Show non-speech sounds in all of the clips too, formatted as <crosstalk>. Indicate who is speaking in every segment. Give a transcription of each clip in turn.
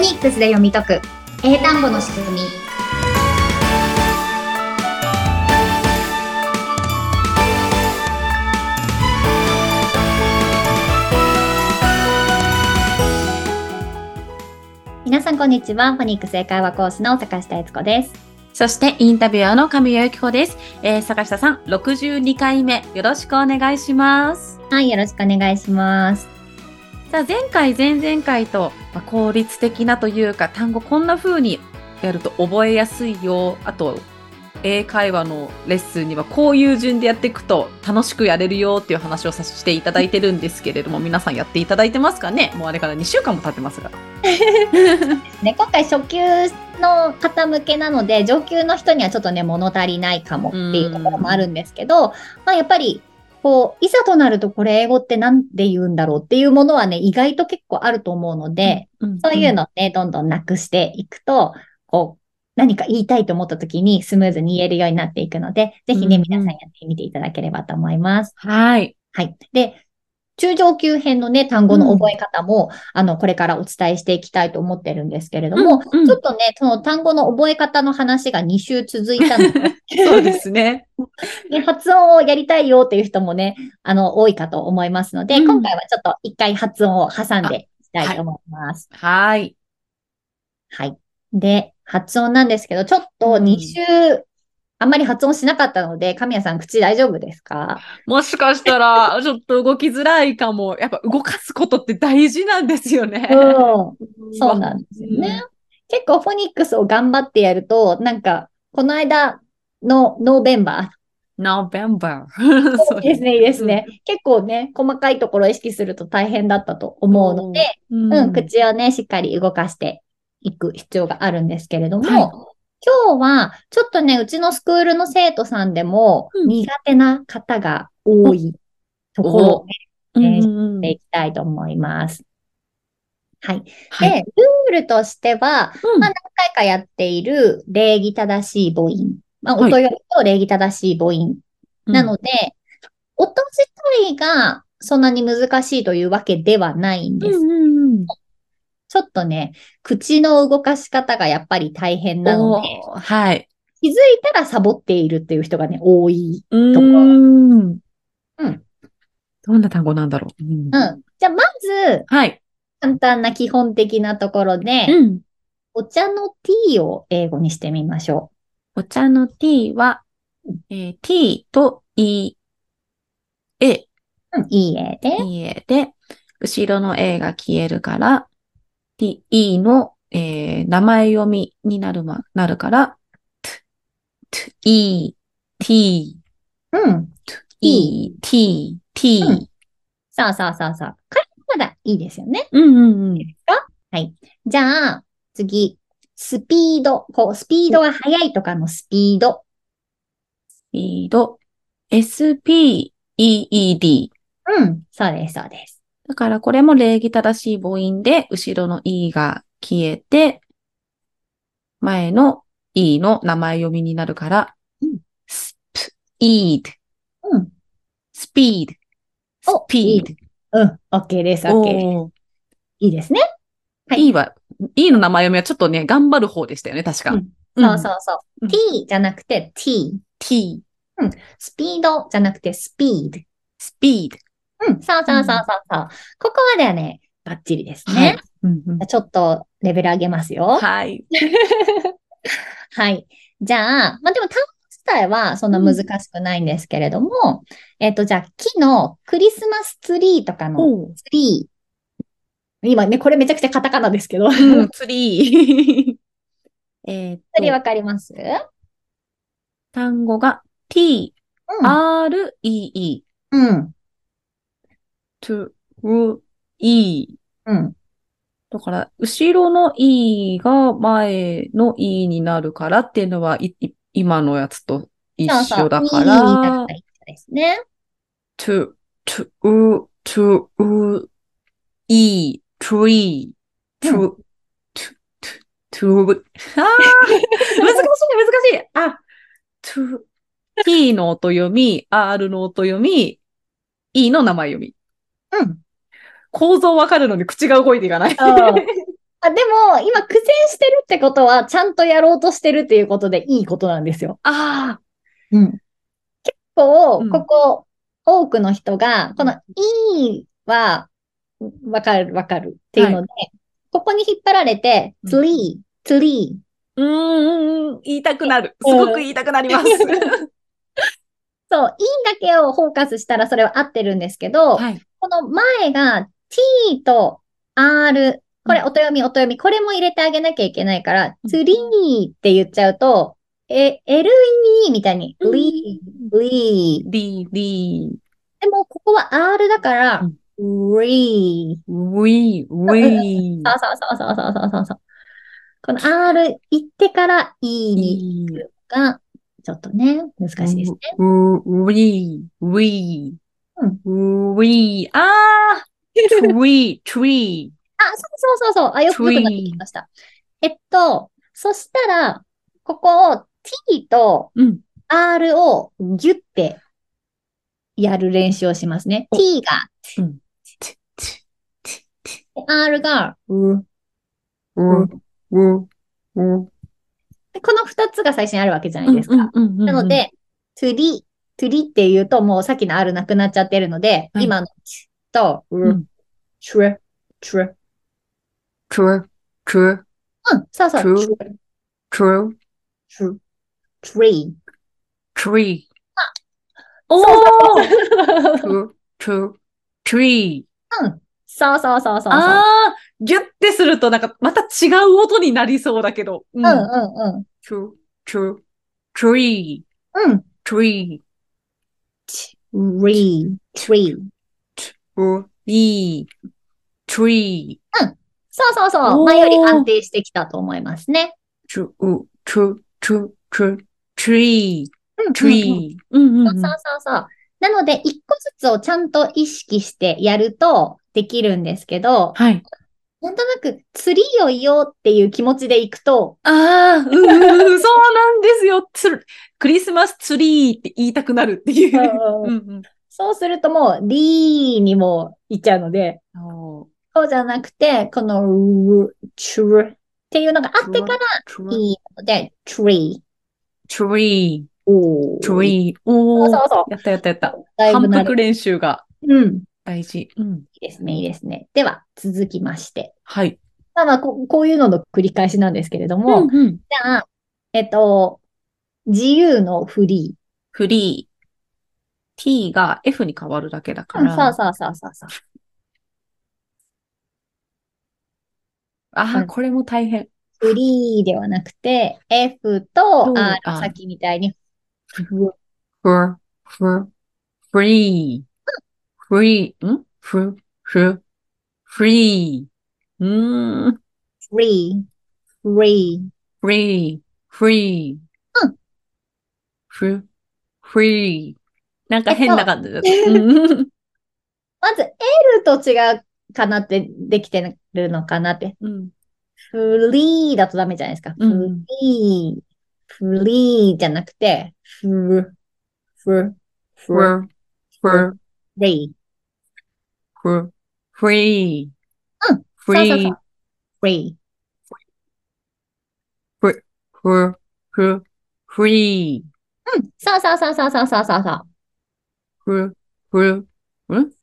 Speaker 1: ニックスで読み解く英単語の仕組み皆さんこんにちはフォニックス英会話講師の坂下悦子です
Speaker 2: そしてインタビュアーの神谷由紀子です、えー坂下さん62回目よろしくお願いします
Speaker 1: はいよろしくお願いします
Speaker 2: さあ前回前々回と、まあ、効率的なというか単語こんな風にやると覚えやすいよあと英会話のレッスンにはこういう順でやっていくと楽しくやれるよっていう話をさせていただいてるんですけれども皆さんやっていただいてますかねもうあれから2週間も経ってますが
Speaker 1: ね今回初級の方向けなので上級の人にはちょっとね物足りないかもっていうところもあるんですけど、まあやっぱりこういざとなるとこれ英語ってなんで言うんだろうっていうものはね意外と結構あると思うので、そういうのをね、どんどんなくしていくと、こう、何か言いたいと思った時にスムーズに言えるようになっていくので、ぜひね、
Speaker 2: うんうん
Speaker 1: 皆さんやってみていただければと思います。
Speaker 2: はい
Speaker 1: はい。で、中上級編のね、単語の覚え方も、あの、これからお伝えしていきたいと思ってるんですけれども、
Speaker 2: うんうん
Speaker 1: ちょっとね、その単語の覚え方の話が2週続いたので
Speaker 2: <laughs> そ
Speaker 1: <laughs>
Speaker 2: うですね
Speaker 1: ね発音をやりたいよっていう人もね、あの、多いかと思いますので、
Speaker 2: うん
Speaker 1: 今回はちょっと一回発音を挟んでいきたいと思います。
Speaker 2: はい
Speaker 1: はい。で、発音なんですけど、ちょっと
Speaker 2: うん
Speaker 1: 2週、あんまり発音しなかったので、神谷さん、口大丈夫です
Speaker 2: <laughs>
Speaker 1: か
Speaker 2: もしかしたら、ちょっと動きづらいかも。やっぱ動かすことって大事なんですよね。
Speaker 1: そうなんですよね。結構、フォニックスを頑張ってやると、なんか、この間のノーベンバ
Speaker 2: うん。November。 <laughs>
Speaker 1: ー。ですね、いいですね。結構ね、細かいところを意識すると大変だったと思うので、
Speaker 2: うん。
Speaker 1: うん、口をね、しっかり動かしていく必要があるんですけれども、
Speaker 2: はい
Speaker 1: 今日は、ちょっとね、うちのスクールの生徒さんでも
Speaker 2: うん
Speaker 1: 苦手な方が多いところを
Speaker 2: うんうんうん
Speaker 1: でいきたいと思います。はい。で、
Speaker 2: はい
Speaker 1: ルールとしては、
Speaker 2: うん
Speaker 1: まあ、何回かやっている礼儀正しい母音。まあ、
Speaker 2: はい
Speaker 1: 音よりと礼儀正しい母音なので、音自体がそんなに難しいというわけではないん
Speaker 2: う
Speaker 1: で
Speaker 2: ん
Speaker 1: す
Speaker 2: うんうん
Speaker 1: ちょっとね、口の動かし方がやっぱり大変なので、
Speaker 2: おーはい。
Speaker 1: 気づいたらサボっているっていう人がね、多い。
Speaker 2: うーん。
Speaker 1: うん
Speaker 2: どんな単語なんだろう。うん
Speaker 1: うん。じゃあ、まず、
Speaker 2: はい。
Speaker 1: 簡単な基本的なところで、
Speaker 2: うん。
Speaker 1: お茶の t を英語にしてみましょ
Speaker 2: お茶の t は、えー t と e、え、
Speaker 1: う。うん、いいえで。
Speaker 2: いいえで、後ろの A が消えるから、T、E の、えー名前読みになるま、なるから、T、T、E、T、
Speaker 1: うん。
Speaker 2: E、T、T。
Speaker 1: うんさあさあさあさあ。これまだいいですよね。
Speaker 2: うんうんうん。
Speaker 1: じゃあ、次。スピード。こう、スピードが速いとかのスピード。
Speaker 2: リード、S、P、E、E、D。
Speaker 1: うん。そうです、そうです。
Speaker 2: だからこれも礼儀正しい母音で、後ろの E が消えて、前の E の名前読みになるから
Speaker 1: うん、
Speaker 2: スプ、イード。
Speaker 1: うん。
Speaker 2: スピード。
Speaker 1: お
Speaker 2: スピー
Speaker 1: うん。OK です、
Speaker 2: ド。
Speaker 1: OK です。
Speaker 2: おー
Speaker 1: いいですね。はい
Speaker 2: E は、E の名前読みはちょっとね、頑張る方でしたよね、確か。
Speaker 1: うんそうそうそう。
Speaker 2: うん
Speaker 1: t じゃなくて t。
Speaker 2: T、
Speaker 1: スピードじゃなくてスピード。
Speaker 2: スピード。
Speaker 1: うん、そうそうそうそうそう。ここまではね、バッチリですね。
Speaker 2: うんうん
Speaker 1: ちょっとレベル上げますよ。はい。
Speaker 2: はい。
Speaker 1: <laughs> じゃあ、まあでも単語自体はそんな難しくないんですけれども、えっ、と、じゃあ木のクリスマスツリーとかの
Speaker 2: おー
Speaker 1: ツリー。今ね、これめちゃくちゃカタカナですけど。ツ <laughs>
Speaker 2: <laughs> うん、ツリー。 <laughs> えーっ
Speaker 1: リーわ
Speaker 2: と、
Speaker 1: かります
Speaker 2: 単語が T、R、E、E。
Speaker 1: うん。うん。
Speaker 2: to, r, e.
Speaker 1: うん。
Speaker 2: だから、後ろの E が前の E になるからっていうのは、いい今のやつと一緒だ
Speaker 1: そ
Speaker 2: か
Speaker 1: うそういいだからら、一緒ですね。
Speaker 2: to, to, u, to, u, e, tree, to, to, to, to, あー難しい、難しい。あ、to, t の音読み、r の音読み、e の名前読み。
Speaker 1: うん。
Speaker 2: 構造わかるのに口が動いていかない。
Speaker 1: あー <laughs> あでも、今苦戦してるってことは、ちゃんとやろうとしてるっていうことでいいことなんですよ。
Speaker 2: ああ、
Speaker 1: うん。結構
Speaker 2: うん、
Speaker 1: ここ、多くの人が、このいいは、わかるわかるっていうので、ここに引っ張られて、
Speaker 2: うん
Speaker 1: ツリー、ツリー。
Speaker 2: うんうんうん、言いたくなる。すごく言いたくなります。
Speaker 1: そう、いいだけをフォーカスしたらそれは合ってるんですけど、
Speaker 2: はい。
Speaker 1: この前が t と r、これ、おと読み、おと読み、これも入れてあげなきゃいけないから
Speaker 2: う、ん
Speaker 1: ツリーって言っちゃうと、え、le みたいに、
Speaker 2: うん
Speaker 1: リー、リー。
Speaker 2: リー、リー、
Speaker 1: でも、ここは r だから
Speaker 2: う、
Speaker 1: リー。
Speaker 2: ウィー、ウィー
Speaker 1: そうそうそうそうそうそうそうそう。この r 行ってから e に
Speaker 2: いい
Speaker 1: 行くが、ちょっとね、難しいですね。
Speaker 2: うウィー、ウィー、ウィー、ああ、トゥイ、トゥイ、
Speaker 1: あ、そうそうそうそう。あ、よく、よくなってきました。えっと、そしたら、ここを t と
Speaker 2: うん、
Speaker 1: R をギュってやる練習をしますね。
Speaker 2: お
Speaker 1: T が、
Speaker 2: ティ、ティ、ティ、
Speaker 1: R が、
Speaker 2: ウ、ウ、ウ、
Speaker 1: でこの二つが最初にあるわけじゃな
Speaker 2: う
Speaker 1: い
Speaker 2: ん
Speaker 1: ですか。
Speaker 2: うんうん
Speaker 1: なの、で、トゥリ、トゥリって言うともうさっきの R なくなっちゃってるので、
Speaker 2: はい
Speaker 1: 今の T と、
Speaker 2: ん
Speaker 1: チュレ、チュレ。
Speaker 2: トゥ、トゥ、
Speaker 1: うん、そうそう。
Speaker 2: True トゥ、
Speaker 1: チュレ、チュレ。
Speaker 2: トイ。おおトゥ、トゥ、トイ。
Speaker 1: そうそうそうそうそう。
Speaker 2: ああ、ギュッてするとなんかまた違う音になりそうだけど。う
Speaker 1: うんうん
Speaker 2: トゥ、トゥ、トイ、
Speaker 1: うん。うん。
Speaker 2: トイ。
Speaker 1: リ、チュレ。
Speaker 2: う、い、トイ、
Speaker 1: そうそうそう。
Speaker 2: おー
Speaker 1: 前より安定してきたと思いますね。
Speaker 2: トゥ、う、トゥ、トゥ、トゥ、トイ、
Speaker 1: うん
Speaker 2: トイ。うんうん
Speaker 1: そうそうそうそう。なので、一個ずつをちゃんと意識してやるとできるんですけど、
Speaker 2: はい。
Speaker 1: なんとなく釣りを言おうっていう気持ちでいくと、
Speaker 2: ああ、うんうんうん、そうなんですよ。つクリスマスツリーって言いたくなるっていう。うんうん
Speaker 1: そうするともう、リーにもいっちゃうので、
Speaker 2: おー
Speaker 1: そうじゃなくて、この、チュルっていうのがあってからいいので、チュリ
Speaker 2: トゥリ
Speaker 1: ー。お
Speaker 2: ー、トゥリー。お
Speaker 1: そう
Speaker 2: ー
Speaker 1: そうそう。
Speaker 2: やったやったやった。
Speaker 1: だいぶ
Speaker 2: 反
Speaker 1: 慣れ
Speaker 2: 復練習が
Speaker 1: うん。い
Speaker 2: 大事。うん。
Speaker 1: いですね、いいですね。では、続きまして。
Speaker 2: はい。
Speaker 1: まあまあこ、こういうのの繰り返しなんですけれども、
Speaker 2: うんうん
Speaker 1: じゃあ、えっと、自由のフリー。
Speaker 2: フリー。t が f に変わるだけだか
Speaker 1: うん、
Speaker 2: ら。
Speaker 1: そうそうそうそうそう。
Speaker 2: あ
Speaker 1: う
Speaker 2: あ、
Speaker 1: ん
Speaker 2: これも大変。
Speaker 1: フリーではなくて、F と
Speaker 2: うん
Speaker 1: R
Speaker 2: あ
Speaker 1: の先みたいに、フ
Speaker 2: ふ、ふ、フリー。フリー。んふ、ふ、フリー。うーん。
Speaker 1: リー、フリー。
Speaker 2: フリー。フリー。
Speaker 1: うん。
Speaker 2: ふ、フリー。なんか変な感じだった。
Speaker 1: えっと
Speaker 2: うん
Speaker 1: まず L と違うかなって、できてるのかなって。
Speaker 2: うん。
Speaker 1: フリーだとダメじゃないですか。
Speaker 2: う
Speaker 1: フ <laughs>
Speaker 2: ん
Speaker 1: リー、フリーじゃなくて、フ、
Speaker 2: 음.
Speaker 1: フ、フ、
Speaker 2: ふ、ふ、
Speaker 1: リー、
Speaker 2: ふ、フリー。
Speaker 1: うん。
Speaker 2: フ
Speaker 1: そうそう
Speaker 2: リ
Speaker 1: そ
Speaker 2: ー
Speaker 1: う。フリ
Speaker 2: ふ、ふ、フリー。
Speaker 1: ー。うん、そうそうそうそうそうそうそうそう。
Speaker 2: ふ、ふ、ん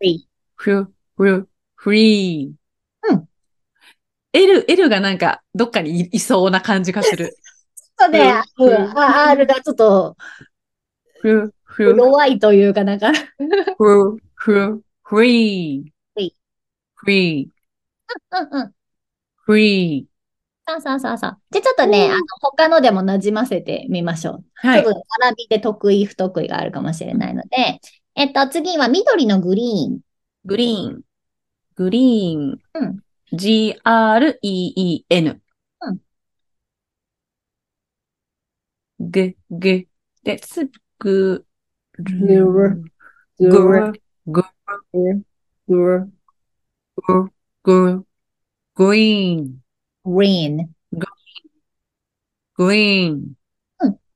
Speaker 1: リ
Speaker 2: ふ、ふ、フリー。
Speaker 1: うん。
Speaker 2: L、L がなんか、どっかにいいそうな感じがす
Speaker 1: <laughs>
Speaker 2: る。
Speaker 1: ちょっとね、
Speaker 2: うん
Speaker 1: うんあ R がちょっと
Speaker 2: ふ、ふ、
Speaker 1: 弱いというかなんか、
Speaker 2: ふ、ふ、フリー。
Speaker 1: フリー。
Speaker 2: フリー。
Speaker 1: うんうん。
Speaker 2: フリー。
Speaker 1: そうそうそうそう。じゃあちょっとね、
Speaker 2: うん
Speaker 1: あの、他のでも馴染ませてみましょう。
Speaker 2: は
Speaker 1: ち
Speaker 2: い
Speaker 1: ょっ。と並びで得意不得意があるかもしれないので、えっと、次は緑のグリーン。
Speaker 2: グリーン。グリーン。
Speaker 1: うん
Speaker 2: G-R-E-E-N。
Speaker 1: うん
Speaker 2: ぐ、ぐ。です。ぐ、
Speaker 1: る
Speaker 2: ぐる、ぐ
Speaker 1: グル
Speaker 2: る、ぐ、グリーン、
Speaker 1: グリーン、
Speaker 2: グリーン、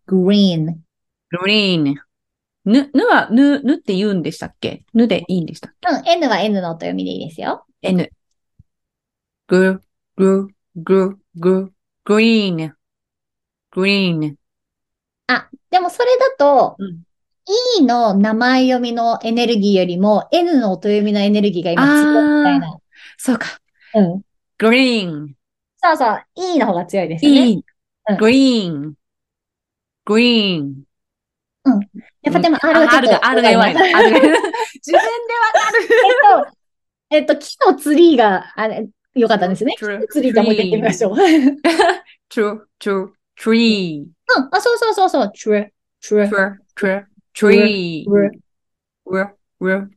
Speaker 1: グリーン。
Speaker 2: グリーン。ぬ、ぬは、ぬ、ぬって言うんでしたっけぬでいいんでしたっけ
Speaker 1: うん、N は N の音読みでいいですよ。
Speaker 2: ?N。ぐ、ぐ、グ、グ、グリーン。グリーン。
Speaker 1: あ、でもそれだと、E の名前読みのエネルギーよりも N の音読みのエネルギーが今強いみたいな。
Speaker 2: そうか。
Speaker 1: うん。
Speaker 2: グリーン。
Speaker 1: そうそう。E の方が強いですよね。
Speaker 2: いい
Speaker 1: うん。
Speaker 2: グリーン。グリーン。
Speaker 1: やっぱでも R
Speaker 2: あ
Speaker 1: はちょっ
Speaker 2: あるが、
Speaker 1: と。
Speaker 2: あるが弱い。
Speaker 1: えっ
Speaker 2: あるが自分で
Speaker 1: と、えっと、木のツリーが、あれ、良かったんですね。木
Speaker 2: わ
Speaker 1: のツリーがもう一回言ってみましょう。
Speaker 2: true, true, tree,
Speaker 1: うん、あ、そうそうそうそう。チュレ、チュレ、
Speaker 2: true, true, tree,
Speaker 1: チュレ、
Speaker 2: r, r,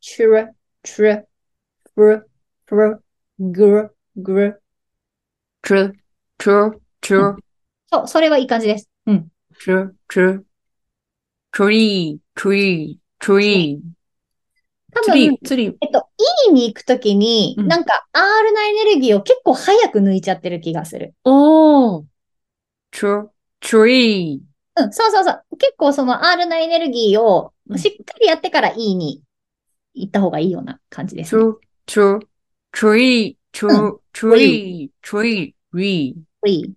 Speaker 1: チュレ、チュレ、ブル、ブル、グ
Speaker 2: 그,
Speaker 1: ル、グル。
Speaker 2: true, true, true,
Speaker 1: そう、それはいい感じです。うん。
Speaker 2: true, true, tree, tree, tree,
Speaker 1: 多
Speaker 2: ツリ
Speaker 1: 分
Speaker 2: ー、、ツリー。
Speaker 1: えっと、E に行くときに、
Speaker 2: うん
Speaker 1: なんか R のエネルギーを結構早く抜いちゃってる気がする。
Speaker 2: おー。true, tree,
Speaker 1: うん、そうそうそう。結構その R のエネルギーを
Speaker 2: うん
Speaker 1: しっかりやってから E に行った方がいいような感じですね。
Speaker 2: true, true, tree, true,
Speaker 1: ん
Speaker 2: tree, tree, re,
Speaker 1: Tree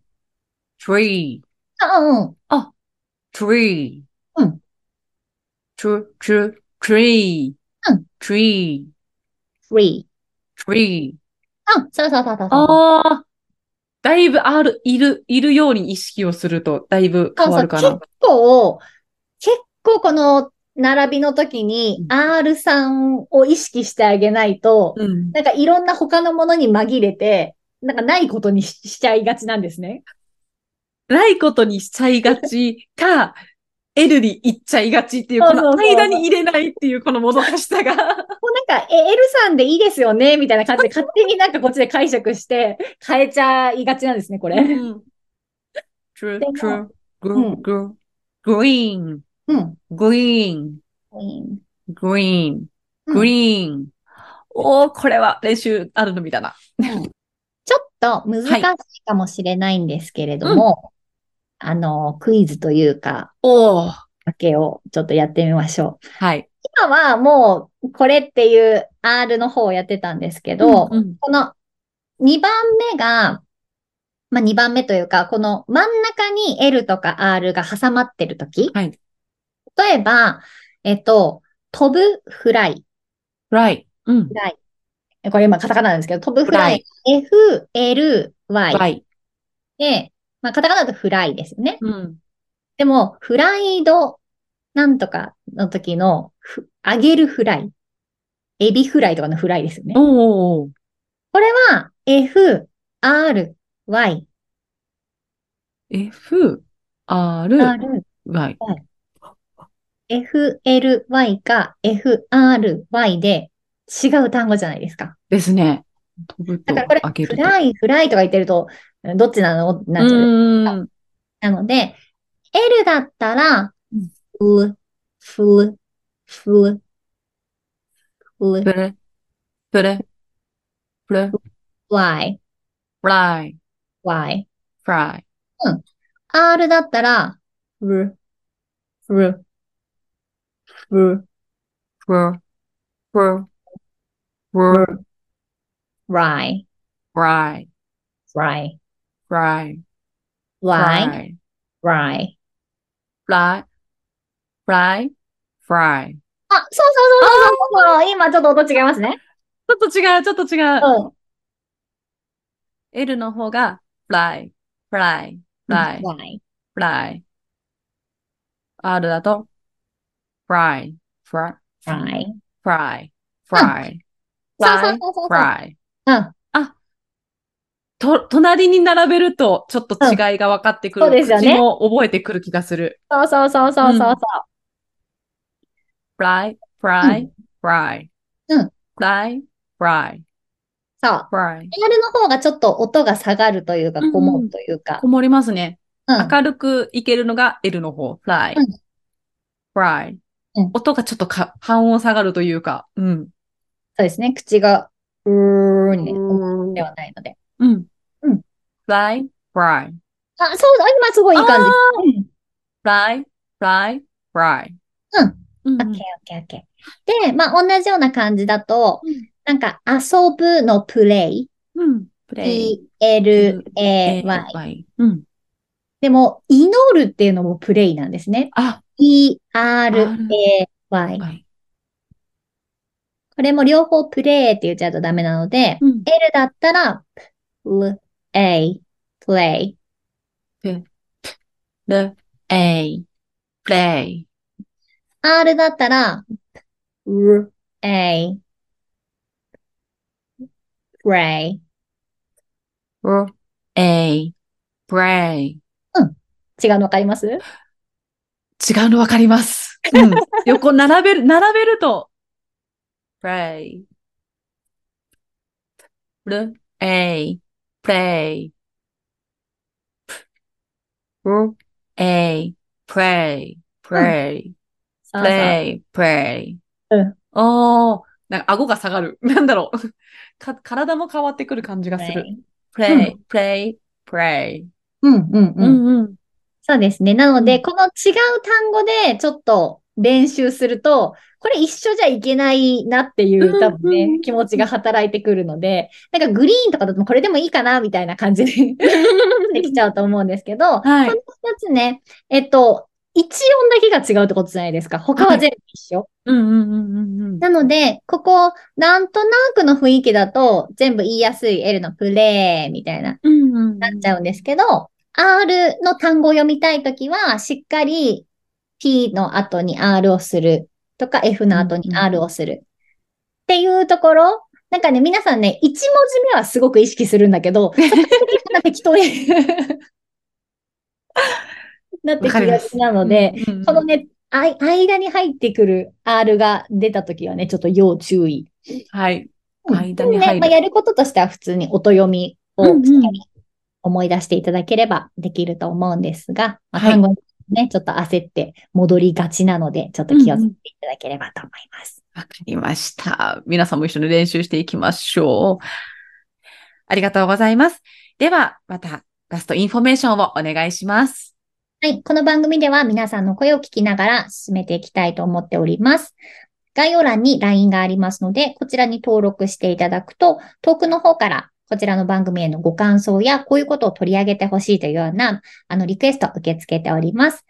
Speaker 2: tree,
Speaker 1: あ、うんうん。
Speaker 2: tree,
Speaker 1: うん
Speaker 2: true, true, tree,
Speaker 1: うん
Speaker 2: tree,
Speaker 1: Free。
Speaker 2: tree,
Speaker 1: うん、そうそうそうそうそう。
Speaker 2: ああ、だいぶある、いる、いるように意識をすると、だいぶ変わるか
Speaker 1: そうそ
Speaker 2: な
Speaker 1: う。結構、結構この並びの時に
Speaker 2: うん
Speaker 1: R さんを意識してあげないと、
Speaker 2: うん。
Speaker 1: なんかいろんな他のものに紛れて、なんかないことにししちゃいがちなんです
Speaker 2: <laughs>
Speaker 1: ね。
Speaker 2: ないことにしちゃいがちか、L に行っちゃいがちっていう、
Speaker 1: そう
Speaker 2: こ
Speaker 1: そうそう
Speaker 2: の間に入れないっていう、このもどかしさが。
Speaker 1: もうなんか、え、L さんでいいですよねみたいな感じで、勝手になんかこっちで解釈して、変えちゃいがちなんですね、これ。うん。
Speaker 2: true,
Speaker 1: でも
Speaker 2: true,
Speaker 1: う
Speaker 2: good,
Speaker 1: ん
Speaker 2: good, green,
Speaker 1: うん。
Speaker 2: green, green,
Speaker 1: うん
Speaker 2: green. おー、これは練習あるのみだな。
Speaker 1: ちょっと難しいかもしれないんですけれども、あの、クイズというか、
Speaker 2: おー。
Speaker 1: だけをちょっとやってみましょう。
Speaker 2: はい。
Speaker 1: 今はもう、これっていう R の方をやってたんですけど、
Speaker 2: うんうん
Speaker 1: この2番目が、まあ、2番目というか、この真ん中に L とか R が挟まってるとき、
Speaker 2: はい。
Speaker 1: 例えば、えっと、飛ぶフライ。
Speaker 2: right. うん
Speaker 1: フ。ライ。えこれ今カタカナなんですけど、飛ぶフライ。F, L, Y。
Speaker 2: right.
Speaker 1: で、まあ、カタカナだとフライですよね。
Speaker 2: うん。
Speaker 1: でも、フライドなんとかの時のふ、揚げるフライ。エビフライとかのフライですよね。
Speaker 2: おー。
Speaker 1: これは F, R, Y,
Speaker 2: F, R,
Speaker 1: R,
Speaker 2: Y.
Speaker 1: F, L, Y か F, R, Y で違う単語じゃないですか。
Speaker 2: ですね。飛ぶと
Speaker 1: だから
Speaker 2: 開
Speaker 1: こ
Speaker 2: け
Speaker 1: れ、
Speaker 2: る
Speaker 1: フ
Speaker 2: と。
Speaker 1: ライ、フライとか言ってると、どっちなのなっちゃう。
Speaker 2: う
Speaker 1: なので、L だったら、ふ、ふ、ふ、ふ
Speaker 2: ーん。、プレ、プレ、プレ、
Speaker 1: Y、
Speaker 2: フライ、
Speaker 1: Y。
Speaker 2: フライ。
Speaker 1: R だったら、る、る、る、
Speaker 2: フル、フル、フル、
Speaker 1: right,
Speaker 2: フライ、
Speaker 1: right,
Speaker 2: フライ、フ
Speaker 1: right,
Speaker 2: ライ、
Speaker 1: right.
Speaker 2: フライ、フライ、フライ。
Speaker 1: あ、そうそうそうそうそう今ちょっと音違いますね。
Speaker 2: ちょっと違う、ちょっと違う。
Speaker 1: うん。
Speaker 2: L の方が、フライ、フライ、フライ、
Speaker 1: right,
Speaker 2: フライ。R だと、フライ、フライ、
Speaker 1: right.
Speaker 2: フライ、フライ、フ
Speaker 1: そうそ
Speaker 2: ラ
Speaker 1: う
Speaker 2: イ、
Speaker 1: そうそう
Speaker 2: フライ。
Speaker 1: うん。
Speaker 2: と、隣に並べると、ちょっと違いが分かってくる。
Speaker 1: うんそうですよね
Speaker 2: 口も覚えてくる気がする。
Speaker 1: そうそうそうそうそうそう。
Speaker 2: fry, fry, fry.
Speaker 1: うん
Speaker 2: fry, fry,
Speaker 1: そう。
Speaker 2: fry.
Speaker 1: R の方がちょっと音が下がるというか、
Speaker 2: うん
Speaker 1: こもるというか
Speaker 2: こ。もりますね。
Speaker 1: うん。
Speaker 2: 明るくいけるのが L の方。fry,
Speaker 1: うん
Speaker 2: fry.
Speaker 1: うん
Speaker 2: 音がちょっとか半音下がるというか。うん。
Speaker 1: そうですね。口が、うーに、
Speaker 2: う
Speaker 1: ではないので。
Speaker 2: ん。
Speaker 1: うん
Speaker 2: fry, fry,
Speaker 1: あ、そうそう、今すごいいい感じ。うん。
Speaker 2: fry, fry, fry. うん
Speaker 1: オッケーオッケーオッケー。で、まあ、同じような感じだと、なんか、遊ぶのプレイ。
Speaker 2: うん。プレイ。
Speaker 1: P-L-A-Y。
Speaker 2: Y。うん。
Speaker 1: でも、祈るっていうのもプレイなんですね。
Speaker 2: あ、
Speaker 1: E-R-A-Y。
Speaker 2: はい。
Speaker 1: これも両方プレイって言っちゃうとダメなので、
Speaker 2: うん
Speaker 1: L だったら、L, A, play.
Speaker 2: で、A、プレイ。
Speaker 1: R だったら、R, A, play.
Speaker 2: A、プレイ。
Speaker 1: 違うのわかります
Speaker 2: 違うのわかります。 <laughs> うん。横並べる、並べると、play, r, a, play, r, a, play, play,
Speaker 1: そうそう
Speaker 2: play, play.
Speaker 1: うん
Speaker 2: おー、なんか顎が下がる。 <laughs> なんだろう。か、体も変わってくる感じがする。
Speaker 1: Play
Speaker 2: play, play, play.
Speaker 1: うんうん
Speaker 2: う
Speaker 1: うん。
Speaker 2: んうん。
Speaker 1: そうですね。なの
Speaker 2: う
Speaker 1: で、
Speaker 2: ん
Speaker 1: この違う単語でちょっと練習すると、これ一緒じゃいけないなってい
Speaker 2: うん
Speaker 1: う、多分
Speaker 2: うんう
Speaker 1: ね
Speaker 2: ん、
Speaker 1: 気持ちが働いてくるので、なんかグリーンとかだとこれでもいいかな、みたいな感じで <laughs> できちゃうと思うんですけど、
Speaker 2: はい
Speaker 1: この二つね、えっと、一音だけが違うってことじゃないですか。他は全部一緒。
Speaker 2: うんうんうんうんうん。
Speaker 1: なので、ここ、なんとなくの雰囲気だと、全部言いやすい L のプレイみたいな、
Speaker 2: うんうん。
Speaker 1: なっちゃうんですけど、R の単語を読みたいときは、しっかり P の後に R をするとか、F の後
Speaker 2: うん
Speaker 1: に
Speaker 2: うん
Speaker 1: R をするっていうところ、なんかね、皆さんね、1文字目はすごく意識するんだけ
Speaker 2: <laughs>
Speaker 1: ど、そこから適当に <laughs> なってき
Speaker 2: わかり
Speaker 1: が
Speaker 2: ま
Speaker 1: ち
Speaker 2: す
Speaker 1: なので、、
Speaker 2: うんうん
Speaker 1: このね、あい間に入ってくる R が出たときはね、ちょっと要注意。
Speaker 2: はい。
Speaker 1: うん
Speaker 2: 間に入る
Speaker 1: でもねまあ、やることとしては普通に音読みを
Speaker 2: うんうん
Speaker 1: しっかり思い出していただければできると思うんですが、まあ
Speaker 2: はい
Speaker 1: 単語にね、ちょっと焦って戻りがちなので、ちょっと気をつけていただければと思います。
Speaker 2: わかりました。皆さんも一緒に練習していきましょう。ありがとうございます。では、またラストインフォメーションをお願いします。
Speaker 1: はい。この番組では皆さんの声を聞きながら進めていきたいと思っております。概要欄に LINE がありますので、こちらに登録していただくと、遠くの方からこちらの番組へのご感想や、こういうことを取り上げてほしいというような、あの、リクエストを受け付けております。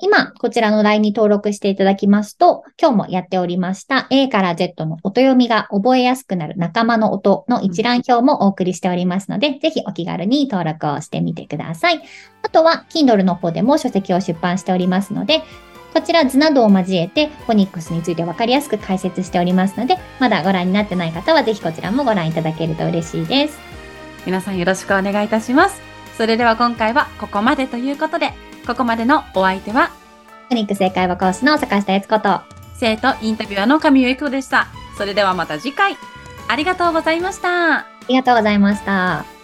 Speaker 1: 今、こちらの LINE に登録していただきますと、今日もやっておりました A から Z の音読みが覚えやすくなる仲間の音の一覧表もお送りしておりますので、ぜひお気軽に登録をしてみてください。あとは、Kindle の方でも書籍を出版しておりますので、こちら図などを交えて、フォニックスについて分かりやすく解説しておりますので、まだご覧になってない方は、ぜひこちらもご覧いただけると嬉しいです。
Speaker 2: 皆さんよろしくお願いいたします。それでは今回はここまでということで、ここまでのお相手は、
Speaker 1: フォニックス英会話講師の坂下悦子と、
Speaker 2: 生徒インタビュアーの神尾由紀子でした。それではまた次回、ありがとうございました。
Speaker 1: ありがとうございました。